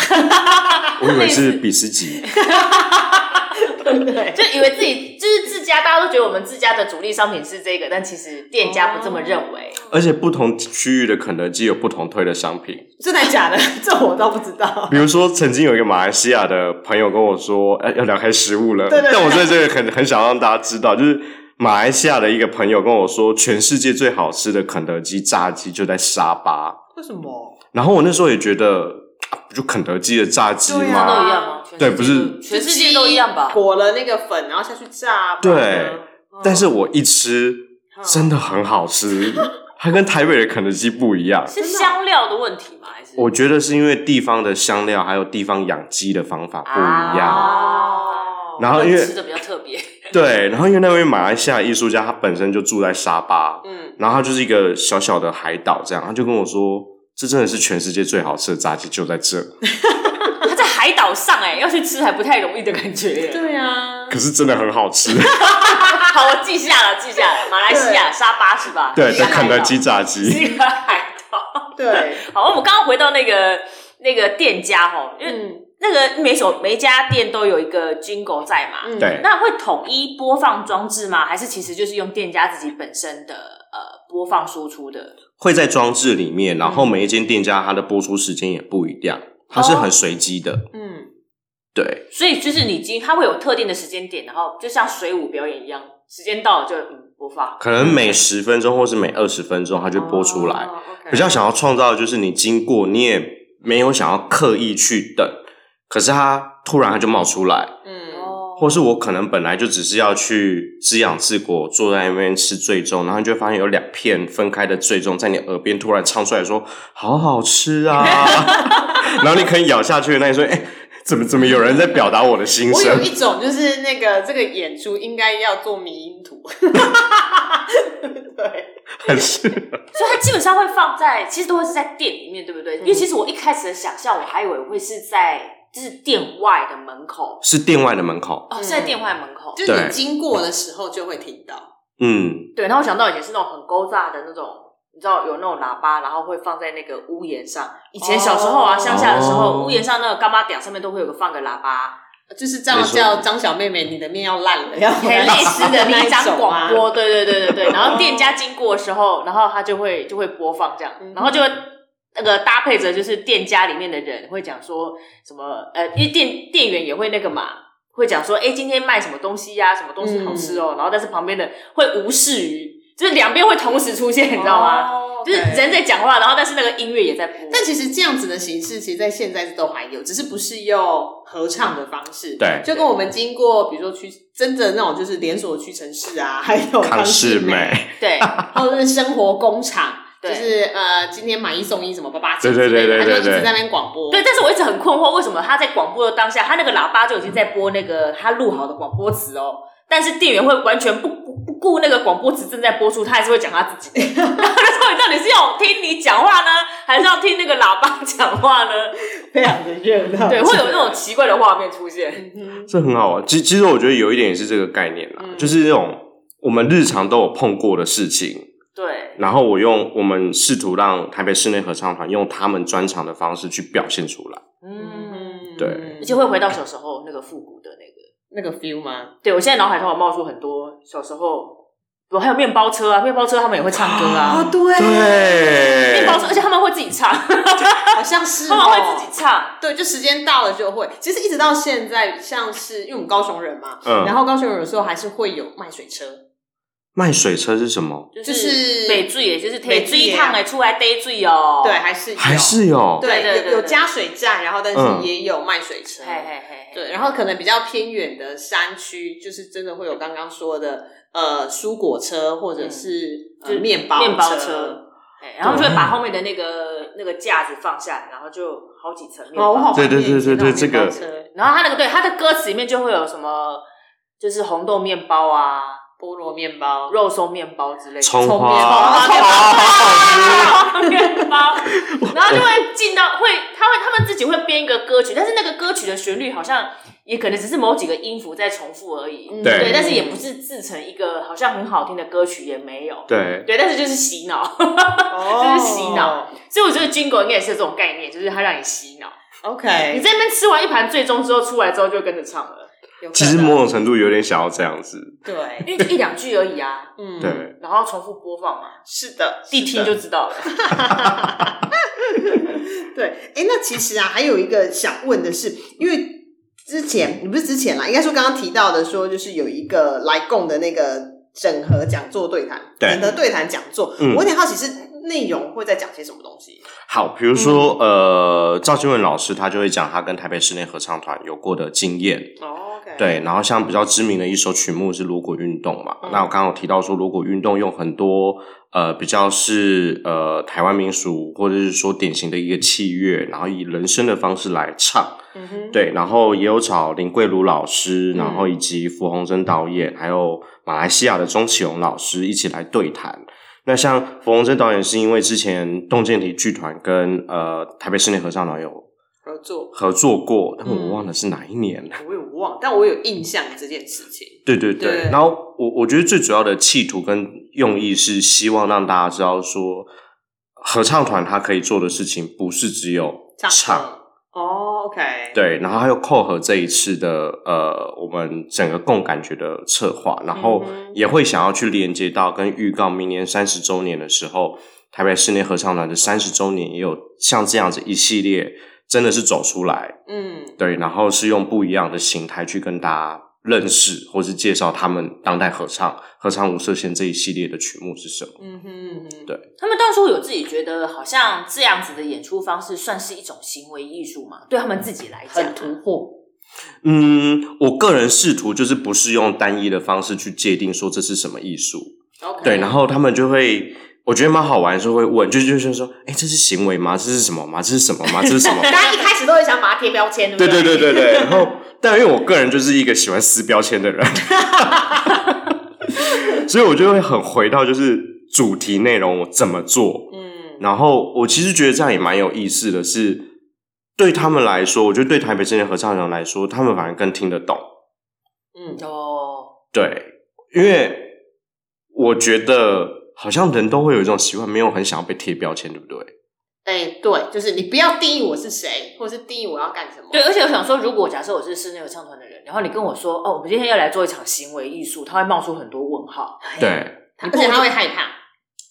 D: 我以为是比斯吉，
B: 对不对？
A: [LAUGHS] 就以为自己就是自家，大家都觉得我们自家的主力商品是这个，但其实店家不这么认为。
D: 而且不同区域的肯德基有不同推的商品。
B: 真的假的？这我倒不知道。
D: 比如说，曾经有一个马来西亚的朋友跟我说，哎、要聊开食物了。
B: 对对对
D: 但我在这里很很想让大家知道，就是马来西亚的一个朋友跟我说，全世界最好吃的肯德基炸鸡就在沙巴。
B: 为什么？
D: 然后我那时候也觉得，啊不就肯德基的炸鸡
B: 对
D: 吗？
B: 啊
A: 哦都一样吗？
D: 对不是
A: 全世界都一样吧？
B: 裹了那个粉，然后下去炸。
D: 对
B: 不然呢，嗯
D: 但是我一吃，真的很
B: [LAUGHS]
D: 好吃，它跟台北的肯德基不一样。
A: 是香料的问题吗？还是
D: 我觉得是因为地方的香料还有地方养鸡的方法不一样。
A: 啊
B: 哦
D: 然后因为
A: 吃的比较特别， [LAUGHS]
D: 对，然后因为那位马来西亚艺术家，他本身就住在沙巴，
B: 嗯，
D: 然后它就是一个小小的海岛，这样，他就跟我说，这真的是全世界最好吃的炸鸡，就在这。 [LAUGHS]
A: 它在海岛上哎、要去吃还不太容易的感觉耶。
B: 对啊，
D: 可是真的很好吃，
A: [LAUGHS] 好，我记下了，记下了，马来西亚沙巴是吧？
D: 对，
A: 是一个
D: 在肯德基
A: 海
D: 炸
A: 岛是
D: 鸡，
A: 一个海岛。
B: 对，
A: [LAUGHS] 好，我们刚刚回到那个那个店家哦，因为
B: 嗯
A: 那个每首每一家店都有一个 jingle 在嘛，
B: 嗯，
D: 对
A: 那会统一播放装置吗？还是其实就是用店家自己本身的呃播放输出的？
D: 会在装置里面，然后每一间店家它的播出时间也不一样，它是很随机的，
B: 嗯，
D: 对，
A: 所以就是你今它会有特定的时间点，然后就像水舞表演一样，时间到了就嗯播放。
D: 可能每十分钟或是每二十分钟它就播出来。
B: 哦，OK
D: 比较想要创造的就是你经过，你也没有想要刻意去等，可是它突然它就冒出来，
B: 嗯，
A: 哦
D: 或是我可能本来就只是要去滋养治国，坐在那边吃醉粽，然后你就会发现有两片分开的醉粽在你耳边突然唱出来说“好好吃
B: [LAUGHS]
D: 啊”，然后你可以咬下去的那一瞬间，哎、怎么怎么有人在表达我的心
B: 我有
D: 声？
B: 一种就是那个这个演出应该要做迷音图， [LAUGHS] 对，
D: 很
B: [LAUGHS]
D: 是
A: 所以它基本上会放在，其实都会是在店里面，对不
B: 嗯
A: 对？因为其实我一开始的想象，我还以为会是在就是店外的门口，
D: 是店外的门口，
A: 哦，是在店外门口。
B: 就是
D: 对
B: 你经过的时候就会听到。
D: 嗯，
A: 对，然后我想到以前是那种很勾炸的那种，你知道有那种喇叭，然后会放在那个屋檐上。以前小时候啊，
B: 哦
A: 乡下的时候，
D: 哦
A: 屋檐上那个干妈点上面都会有个放个喇叭，
B: 就是这样
D: 没错
B: 叫张小妹妹，你的面要烂了，要
A: 很类似的
B: 啊
A: 那一张
B: [LAUGHS]
A: 广
B: 播。
A: 播。对对对对对，然后店家经过的时候，然后他就会就会播放这样
B: 嗯，
A: 然后就会。那个搭配着就是店家里面的人会讲说什么呃，因为店店员也会那个嘛，会讲说哎、诶今天卖什么东西呀、什么东西好吃
B: 嗯
A: 哦，然后但是旁边的会无视于，就是两边会同时出现，你知道吗？
B: 哦
A: 就是
B: 对
A: 人在讲话，然后但是那个音乐也在播。
B: 但其实这样子的形式，其实在现在都还有，只是不是用合唱的方式。
D: 对
B: 就跟我们经过，比如说去真的那种就是连锁屈臣氏啊，还有
D: 康
B: 世
D: 世美。，
A: 对
B: 还有就是生活工厂，就
A: 对
B: 是呃，今天买一送一什么八八折
D: 对对对
B: 之类的他
D: 对
B: 就
D: 对
B: 一
D: 对
B: 直在那边广播。
A: 对，但是我一直很困惑，为什么他在广播的当下，他那个喇叭就已经在播那个他录好的广播词哦，但是店员会完全不不不顾那个广播词正在播出，他还是会讲他自己 [LAUGHS] 的。然后他说：“你到底是要我听你讲话呢，还是要听那个喇叭讲话呢
B: 非常的热？”闹
A: [LAUGHS] 对，会有那嗯种奇怪的画面出现。
D: 这很好玩。其其实我觉得有一点也是这个概念啦，
B: 嗯
D: 就是这种我们日常都有碰过的事情，
A: 对，
D: 然后我用我们试图让台北室内合唱团用他们专长的方式去表现出来。
A: 嗯，
D: 对
A: 而且会回到小时候那个复古的那个。
B: 那个 feel 吗？
A: 对我现在脑海中有冒出很多小时候，我还有面包车啊，面包车他们也会唱歌 [LAUGHS] 啊，
B: 对，
D: 对
A: 面包车，而且他们会自己唱。
B: 好像是、
A: 他
B: 哦，
A: 们会自己唱，
B: 对，就时间到了就会。其实一直到现在，像是因为我们高雄人嘛，
D: 嗯
B: 然后高雄人有时候还是会有卖水车，
D: 卖水车是什么？
B: 就是
A: 美醉，也就是
B: 美
A: 提
B: 水
A: 醉
B: 啊
A: 烫哎，出来逮醉哦。
B: 对，，还是有
D: 还是有
B: 对嗯
A: 对对对
B: 有有
A: 对
B: 加水站，然后但
D: 嗯
B: 是也有卖水车。
A: 嘿嘿嘿，
B: 对，然后可能比较偏远的山区，就是真的会有刚刚说的，呃，蔬果车或者是、呃
A: 就是
B: 面包
A: 面包
B: 车。
A: 车。嘿然后就会把后面的那个那个架子放下来，然后就好几层面
B: 哦，我好
A: 包。
B: 怀念
D: 对对对
B: 以前那
D: 对对
B: 种面包车
A: 然后他那个对他的歌词里面就会有什么，就是红豆面包啊、
B: 菠萝面包，
A: 肉松面包之类的。
D: 葱
B: 葱
D: 花
B: 面 [LAUGHS] 包
D: 啊，
B: [LAUGHS]
D: 好好
A: 嗯
D: 吃。
A: 面包，然后就会进到会，他会他们自己会编一个歌曲，但是那个歌曲的旋律好像也可能只是某几个音符在重复而已，
B: 嗯
D: 对
A: 但是也不是制成一个好像很好听的歌曲，也没有，
D: 对，
A: 对，但是就是洗脑，
B: 哦
A: 就是洗
D: 哦
A: 脑。所以我觉得军狗应该也是有这种概念，就是它让你洗脑，你
B: OK，
A: 在那边吃完一盘最终之后出来之后就跟着唱了，
B: 有可
D: 其实
B: 能
D: 某种程度有点想要这样子。
B: 对，
A: 因为就一两句而已啊，
B: 嗯，
D: 对，
A: 然后重复播放嘛，
B: 是的，
A: 一
B: 是的
A: 听就知道了，
B: 对，哎，那其实啊，还有一个想问的是，因为之前你不是之前啦，应该说刚刚提到的说，就是有一个来共的那个整合讲座对谈，
D: 对
B: 整合对谈讲座，
D: 嗯
B: 我有点好奇是内容会在讲些什么东西？
D: 好，比如说、
B: 嗯
D: 呃，赵新文老师他就会讲他跟台北室内合唱团有过的经验。
B: 哦，OK，
D: 对，然后像比较知名的一首曲目是《锣鼓运动》嘛，
B: 嗯
D: 那我刚刚有提到说，锣鼓运动用很多呃比较是呃台湾民俗或者是说典型的一个器乐，然后以人声的方式来唱，
B: 嗯哼，
D: 对，然后也有找林桂如老师，然后以及符洪珍导演，还有马来西亚的钟启荣老师一起来对谈。那像符洪珍导演是因为之前洞见体剧团跟呃台北室内合唱团有
B: 合作，
D: 合作过，但
B: 嗯
D: 我忘了是哪一年了。
B: 我有忘，但我有印象这件事情。
D: 对对对，
B: 对
D: 然后我我觉得最主要的企图跟用意是希望让大家知道说，合唱团它可以做的事情不是只有
B: 唱
D: 唱，
B: 歌哦，OK，，
D: 对，然后还有扣合这一次的呃我们整个共感觉的策划，然后
B: 嗯哼
D: 也会想要去连接到跟预告明年三十周年的时候，台北室内合唱团的三十周年也有像这样子一系列真的是走出来，
B: 嗯，
D: 对，然后是用不一样的形态去跟大家认识，或是介绍他们当代合唱、合唱无色线这一系列的曲目是什么。
B: 嗯哼，嗯哼，
D: 对
A: 他们到时候有自己觉得好像这样子的演出方式算是一种行为艺术嘛？对他们自己来讲
B: 很，突破，
D: 嗯，我个人试图就是不是用单一的方式去界定说这是什么艺术，
B: OK
D: 对，然后他们就会。我觉得蛮好玩，是会问，就是就是说，哎，这是行为吗？这是什么吗？这是什么吗？这是什么吗？
A: 大
D: [LAUGHS]
A: 家一开始都会想把它贴标签，
D: 对
A: 不
D: 对对对对。然后，但因为我个人就是一个喜欢撕标签的人， [LAUGHS] 所以我就会很回到就是主题内容我怎么做。
B: 嗯，
D: 然后我其实觉得这样也蛮有意思的是，对他们来说，我觉得对台北青年合唱团来说，他们反而更听得懂。
B: 嗯，
A: 哦，
D: 对，因为我觉得好像人都会有一种习惯，没有很想要被贴标签，对不对？
B: 哎、对，就是你不要定义我是谁，或是定义我要干什么。
A: 对，而且我想说，如果假设我是室内合唱团的人，然后你跟我说，哦，我们今天要来做一场行为艺术，他会冒出很多问号。 [LAUGHS]
D: 对，
B: 而且他会害怕。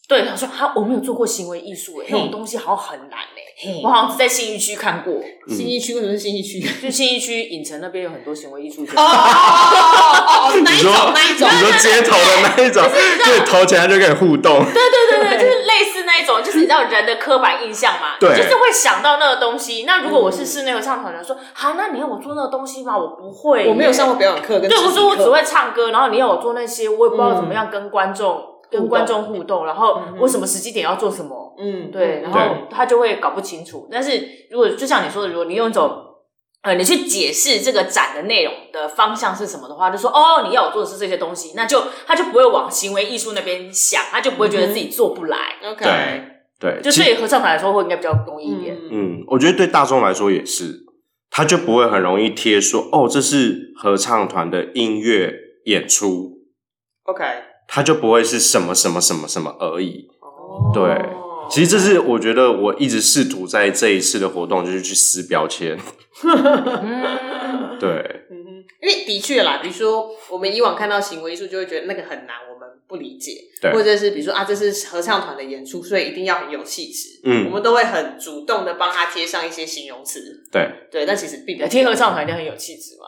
A: 对，他说啊哈，我没有做过行为艺术，哎，那种东西好像很难哎。
B: 嘿
A: 我好像是在信义区看过，
D: 嗯
B: 新一区为什么是新一区？
A: 就信义区影城那边有很多行为艺术家。
B: 哦哦哦，哪
D: [LAUGHS] 你
B: 一
D: 说
B: 种哪一种？
D: 你说街头的那一种，对，投钱他就可以互动，
A: 对对对对，就是类似那一种，就是你知道人的刻板印象嘛，
D: 对
A: 就是会想到那个东西。那如果我是室内合唱团的人，说哈，那你要我做那个东西吗？我不会耶，
B: 我没有上过表演课，跟
A: 对，我
B: 肢体
A: 说我
B: 课
A: 只会唱歌，然后你要我做那些，我也不知道怎么样跟观众、跟观众互动，然后
B: 嗯
A: 我什么时机点要做什么，
B: 嗯，
A: 对，然后他就会搞不清楚。但是如果就像你说的，如果你用一种呃，你去解释这个展的内容的方向是什么的话，就说哦，你要我做的是这些东西，那就他就不会往行为艺术那边想，他就不会觉得自己做不来。
B: OK，
D: 对对，
A: 就
D: 其
A: 对合唱团来说，会应该比较容易一点。
B: 嗯，
D: 嗯，我觉得对大众来说也是，他就不会很容易贴说哦，这是合唱团的音乐演出，
B: OK，
D: 他就不会是什么什么什么什么而已。
B: 哦
D: 对其实这是我觉得我一直试图在这一次的活动就是去撕标签，
A: [LAUGHS] 嗯，
D: 对，
B: 嗯哼，因为的确啦，比如说我们以往看到行为艺术，就会觉得那个很难，我们不理解，
D: 对
B: 或者是比如说啊，这是合唱团的演出，所以一定要很有气质，
D: 嗯
B: 我们都会很主动的帮他贴上一些形容词，
D: 对，
B: 对，但其实并不
A: 有听合唱团一定很有气质嘛。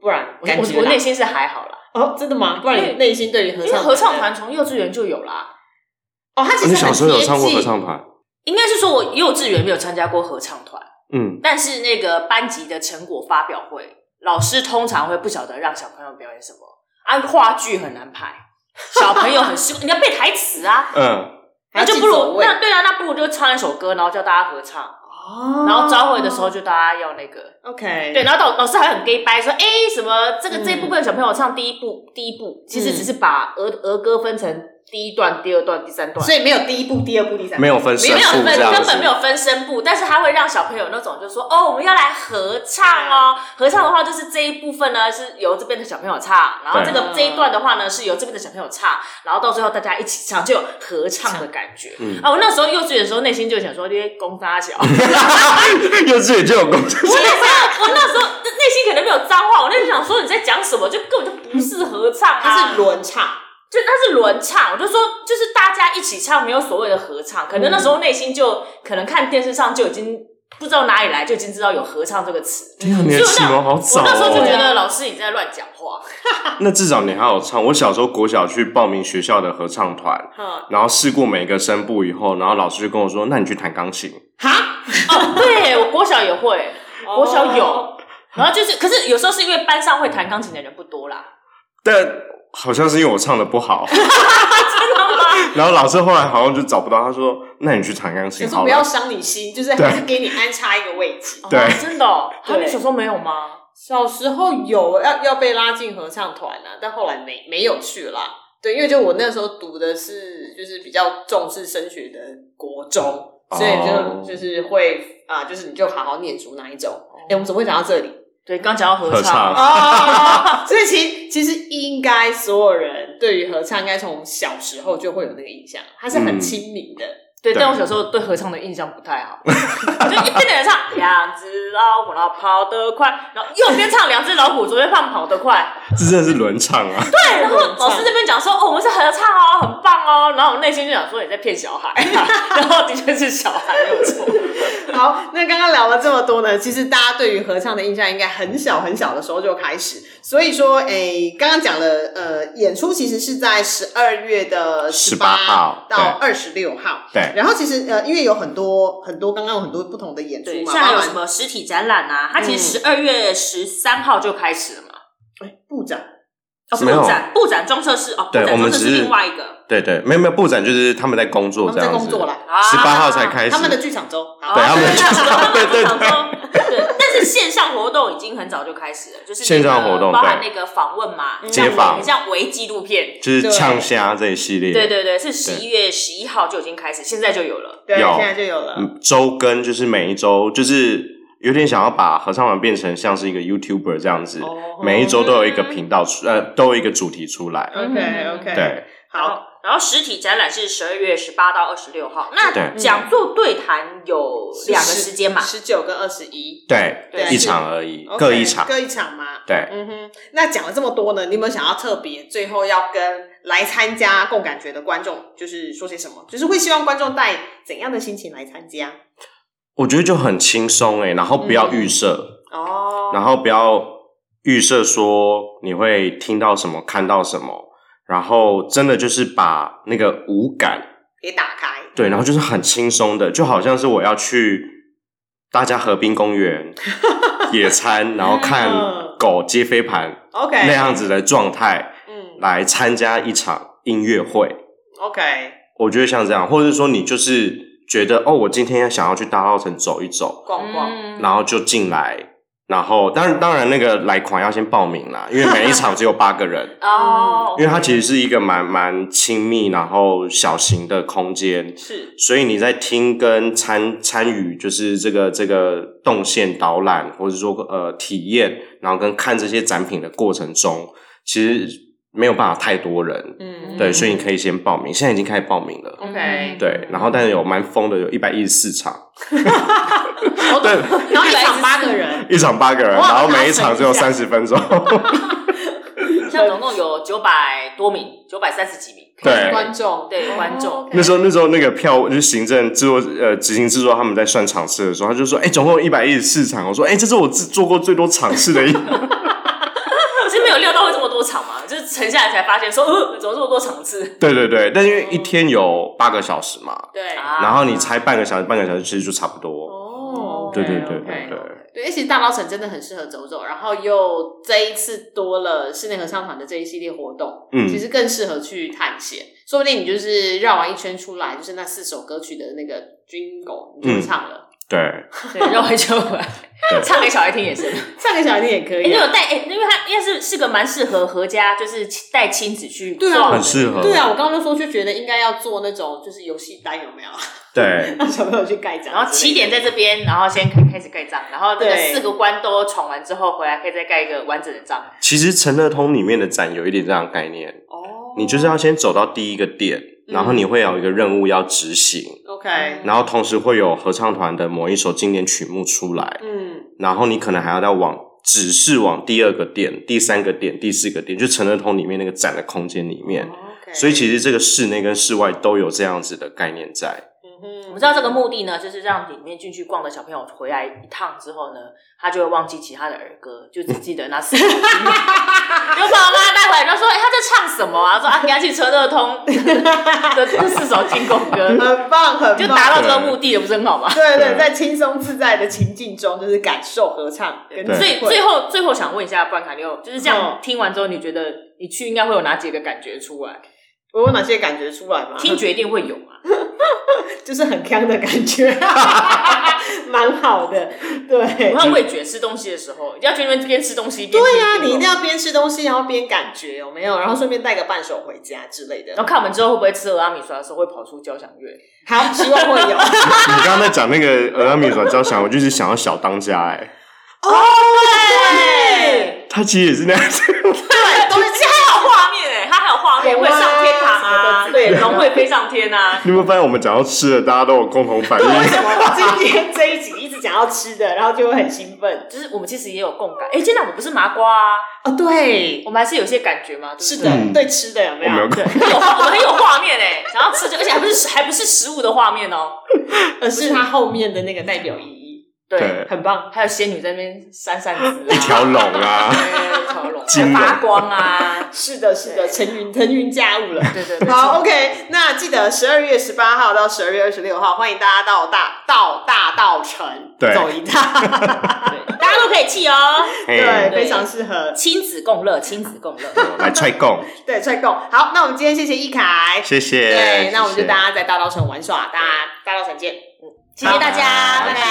B: 不然
A: 我
B: 感觉
A: 我我
B: 啦
A: 内心是还好啦，
B: 哦，真的吗？不
A: 因
B: 然
A: 为
B: 你内心对于合
A: 因为
B: 唱
A: 合唱团从幼稚园就有啦。
B: 哦，他其
D: [LAUGHS] 你
B: 实很
D: 小时候有
B: 贴
D: 唱过合
B: 近
D: 唱团？
A: 应该是说，我幼稚园没有参加过合唱团，
D: 嗯，
A: 但是那个班级的成果发表会，老师通常会不晓得让小朋友表演什么啊，话剧很难排，小朋友很辛 [LAUGHS] 苦，你要背台词啊，
D: 嗯，
B: 还要
A: 那就
B: 记
A: 不
B: 走
A: 如
B: 位
A: 那对啊，那不如就唱一首歌，然后叫大家合唱，
B: 哦
A: 然后招会的时候就大家要那个。
B: ，OK，
A: 对，然后老老师还很 gay 掰说，哎、什么这个、
B: 嗯
A: 这一部分小朋友唱第一部，第一部其实只是把儿儿歌分成第一段、第二段、第三段，
B: 所以没有第一步、第二步、第三步，
D: 没有分
A: 没
D: 胜
A: 有
D: 负
A: 分，
D: 这样
A: 根
D: 子
A: 本没，有分声部，但是他会让小朋友那种就是说，哦，我们要来合唱哦，合唱的话就是这一部分呢是由这边的小朋友唱，然后这个
B: 对
A: 这一段的话呢是由这边的小朋友唱，然后到最后大家一起唱，就有合唱的感觉。
D: 嗯，
A: 啊，我那时候幼稚园的时候，内心就想说，这些公大
D: [LAUGHS]
A: 小，
D: [LAUGHS] 幼稚园就有工作，
A: [LAUGHS] 我那时候，我那时候内心可能没有脏话，我那时候想说你在讲什么，就根本就不是合唱啊，
B: 它是轮唱，
A: 就它是轮唱，我就说就是大家一起唱，没有所谓的合唱，可能那时候内心就可能看电视上就已经不知道哪里来，就已经知道有合唱这个词。
D: 天 [LAUGHS] 啊，你的启蒙好早
A: 我那时候就
D: 哦。
A: 觉得老师你在乱讲
D: [LAUGHS]
A: 话，
D: 那至少你还有唱。我小时候国小去报名学校的合唱团，
B: 哈
D: 然后试过每一个声部以后，然后老师就跟我说：“那你去弹钢琴。
B: 哈，
A: 哦，对我国小也会，国小有
B: 哦，
A: 然后就是，可是有时候是因为班上会弹钢琴的人不多啦，”
D: 但好像是因为我唱的不
A: [LAUGHS]
D: 好，
A: 真的吗？
D: 然后老师后来好像就找不到，他说：“那你去弹钢
B: 可
D: 琴
B: 是
D: 好
B: 不要
D: 了。
B: 伤你心，就是还是
D: 对
B: 给你安插一个位置。
D: 对
A: 哦真的哦，啊
B: 对
A: 你小时候没有吗？
B: 小时候有要要被拉进合唱团啊，但后来没没有去啦。对，因为就我那时候读的是就是比较重视升学的国中，所以就、
D: 哦
B: 就是会啊、就是你就好好念书那一种。哎、我们怎么会讲到这
D: [LAUGHS]
B: 里？
A: 对，刚讲到合
D: 合唱
B: 哦，所以其其实应该所有人对于合唱，应该从小时候就会有那个印象，它是很
D: 嗯
B: 亲民的。
A: 对，
D: 对
A: 但我小时候对合唱的印象不太好， [LAUGHS] 就一边的人唱两只老虎，然后跑得快，然后右边唱两只老虎，左边唱跑得快。”
D: 这真的是轮唱啊！
A: [LAUGHS] 对，然后
B: 很棒
A: 老师这边讲 [LAUGHS] 说：“哦，我们是合唱哦，很棒哦。”然后我内心就想说：“你在骗小 [LAUGHS] 孩、啊。”然后的确是小孩没有 [LAUGHS] 错。
B: [LAUGHS] 好，那刚刚聊了这么多呢，其实大家对于合唱的印象应该很小很小的时候就开始。所以说，诶，刚刚讲了，呃，演出其实是在十二月的
D: 18号
B: 到二十六号。
D: 对
B: 然后其实呃，因为有很多很多，刚刚有很多不同的演出
A: 对，
B: 嘛，
A: 现在
B: 包
A: 有
B: 含
A: 什么实体展览啊？它其实十二月十三号就开始了嘛。
B: 哎布展，
A: 哦，
D: 没有
A: 布展布展装设室哦，布
D: 对
A: 展
D: 我
A: 装
D: 们
A: 设
D: 只
A: 是
D: 是
A: 另外一个。
D: 对对，没有没有，布展就是他们在工
B: 他
D: 作
B: 们
D: 这
B: 在
D: 样子
B: 工。作啦，
A: 啊
D: 十八号才开始，
B: 他们的剧场周。好
D: 对他们
A: 哦
D: 就
A: [LAUGHS] 他们
D: 对对
A: 就想说对，但是线上活动已经很早就开始了，就是那个
D: 线上活动
A: 包含
D: 对嗯
A: 那个访问嘛，
D: 街访
A: 很像微纪录片。
D: 就是呛虾这一系列。
A: 对对对，是十一月十一号就已经开始，现在就有了。
B: 对，啊
D: 有
B: 现在就有了。
D: 嗯，周更就是每一周，就是有点想要把合唱团变成像是一个 YouTuber 这样子，
B: 哦
D: 每一周都有一个频道出，呃，都有一个主题出来。
B: OK
A: 嗯
B: OK，，
D: 对，
B: 好，，
A: 然后实体展览是十二月十八到二十六号。那
D: 对
A: 讲座对谈有两个时间嘛？
B: 十九跟二十一，
D: 对
A: 对，
D: 一场而已，
B: OK，
D: 各一场。
B: 各一场嘛。
D: 对，
B: 嗯哼，那讲了这么多呢，你有没有想要特别最后要跟来参加共感觉的观众，就是说些什么？就是会希望观众带怎样的心情来参加？
D: 我觉得就很轻松欸诶，然后不要预设，
B: 哦，
D: 然后不要预设说你会听到什么、看到什么，然后真的就是把那个五感
B: 给打开。
D: 对，然后就是很轻松的，就好像是我要去大家河滨公园野餐，然后看
B: 嗯
D: 狗接飞盘
B: OK，
D: 那样子的状态
B: 嗯
D: 来参加一场音乐会。
B: ，OK，
D: 我觉得像这样，或者是说你就是觉得哦，我今天想要去大稻城走一走，
B: 逛逛，
A: 嗯。
D: 然后就进来，然后当然当然那个来款要先报名啦，因为每一场只有八个人
A: [LAUGHS] 哦，
D: 因为它其实是一个蛮蛮亲密，然后小型的空间，
B: 是
D: 所以你在听跟参参与，就是这个这个动线导览，或者说呃体验，然后跟看这些展品的过程中，其实没有办法太多人，
B: 嗯
D: 对，所以你可以先报名，现在已经开始报名了，
B: OK，
D: 对，然后但是有蛮疯的，有一百一十四场， [LAUGHS] 对，
B: 然后一场八个人，
D: 一场八个人，
B: 哇
D: 然后每一
B: 那
D: 场
B: 要
D: 只有
B: 省
D: 三十分钟，
A: 像总共有九百多名，九百三十几名
D: 对。
C: 观众
A: 对观众。
D: [LAUGHS] 那时
B: 候
D: 候，那时候那个票就是行政制作呃执行制作他们在算场次的时候，他就说：“哎、总共一百一十四场。”我说：“哎、这是我自做过最多场次的一
A: 我是没有料到会这么多场嘛，就是沉下来才发现说，呃，怎么这么多场次？
D: 对对对，但因为一天有八个小时嘛，
B: 对
A: 啊
D: 然后你猜半个小时，半个小时其实就差不多。
B: 哦
D: 对对
B: OK，
D: 对
B: OK
D: 对对，
C: [LAUGHS] 对，而且大稻城真的很适合走走，然后又这一次多了室内合唱团的这一系列活动，其
D: 嗯，
C: 实更适合去探险。说不定你就是绕完一圈出来，就是那四首歌曲的那个 jingle 你就
D: 嗯
C: 唱了，
D: 对
A: 对，绕回就 [LAUGHS] 回来，
D: 对
A: 唱给小孩听也是。
C: 唱给小孩听也可
A: 哎，你
C: 以啊、
A: 有带？哎，因为他应该是是个蛮适合合家，就是带亲子去
C: 对啊
A: 逛的
D: 很适
B: 嗯
D: 合。
C: 对啊，我刚刚就说就觉得应该要做那种就是游戏单有没有，
B: [LAUGHS]
D: 对
C: 让小朋友去盖章之类的，
A: 然后起点在这边，然后先开开始盖章，然后那个
B: 对
A: 四个关都闯完之后，回来可以再盖一个完整的章。
D: 其实陈乐通里面的展有一点这样的概念，
B: 哦，嗯
D: 你就是要先走到第一个点，然后你会有一个任务要执行，
B: OK，
D: 然后同时会有合唱团的某一首经典曲目出来，
B: 嗯
D: 然后你可能还要再往。只是往第二个点、第三个点、第四个点，就陈乐通里面那个展的空间里面，
B: 哦嗯，OK，
D: 所以其实这个室内跟室外都有这样子的概念在。
B: 嗯哼
A: 我们知道这个目的呢，就是让里面进去逛的小朋友回来一趟之后呢，他就会忘记其他的儿歌， [LAUGHS] 就只记得那四首歌。有爸爸妈妈带回来就说：“哎、他在唱什么啊？”说：“啊，你要去车乐通
B: [LAUGHS]
A: 的这四首进贡歌，
B: 很棒，很棒，
A: 就达到这个目的了，不是很好吗？”
B: 对对，
D: 对
B: 在轻松自在的情境中，就是感受合唱跟
D: 对
A: 所以
B: 体会
A: 最后最后想问一下布兰卡六，就是
B: 嗯
A: 这样听完之后，你觉得你去应该会有哪几个感觉出来？
B: 我有哪些感觉出来吗？
A: 听觉一定会有嘛？
B: [LAUGHS] 就是很康的感 [LAUGHS] 觉，蛮好的。对嗯
A: 我，看味觉吃东西的时候，一定要去那边边吃东西边
B: 对呀、
A: 听
B: 你一定
A: 歌
B: 要边吃东西，然后边感觉有没有，然后顺便带个伴手回家之类的。
A: 然后看我们之后会不会吃俄阿米刷的时候会跑出交响乐。
B: 好，希望会有。
D: 你刚刚在讲那个俄阿米所交响，我就是想要小当家哎、
B: 对，
D: 他其实也是那样子。 [LAUGHS]
A: 东西还哎有画面哎、欸，它还有画面
B: 有啊
A: 会上天堂
B: 什么
A: 啊，
B: 的对
A: 龙会飞上天啊。
D: 你有没有发现我们讲到吃的，大家都有共同反应？
B: 为什么我今天这一集一直讲要吃的，然后就会很兴奋？
A: 就是我们其实也有共感，哎、现在我们不是麻瓜啊，
B: 哦，对，
A: 我们还是有些感觉嘛，对不对
B: 是的，
D: 嗯
B: 对吃的有没
D: 我没有
B: 有？
D: 共，
A: 有我们很有画面哎、想要吃就，而且还不是还不是食物的画面哦、
B: 而呃是它后面的那个代表意义，
A: 对，
D: 对
B: 很棒。
A: 还有仙女在那边扇扇子、啊，
D: 一条龙啊，
A: 对，一条龙
D: 金龙
A: 发光啊，
B: 是的，是的，
A: 对
B: 腾云腾云驾雾 [LAUGHS] 了。
A: 对对对，
B: 好，OK，那记得十二月十八号到十二月二十六号，欢迎大家到大到大道城
D: 对
B: 走一 [LAUGHS] 趟，
A: 对大家都可以去哦、
B: [LAUGHS] 对，啊
D: 嘿，
B: 非常适合，
A: 亲子共乐，亲子共乐，
D: 来踹共，
B: 对，踹够。好，那我们今天谢谢易凯，
D: 谢谢。
B: 对，那我们就
D: 谢谢
B: 大家在大道城玩耍，大家大道城见。
A: 谢谢大家，拜拜。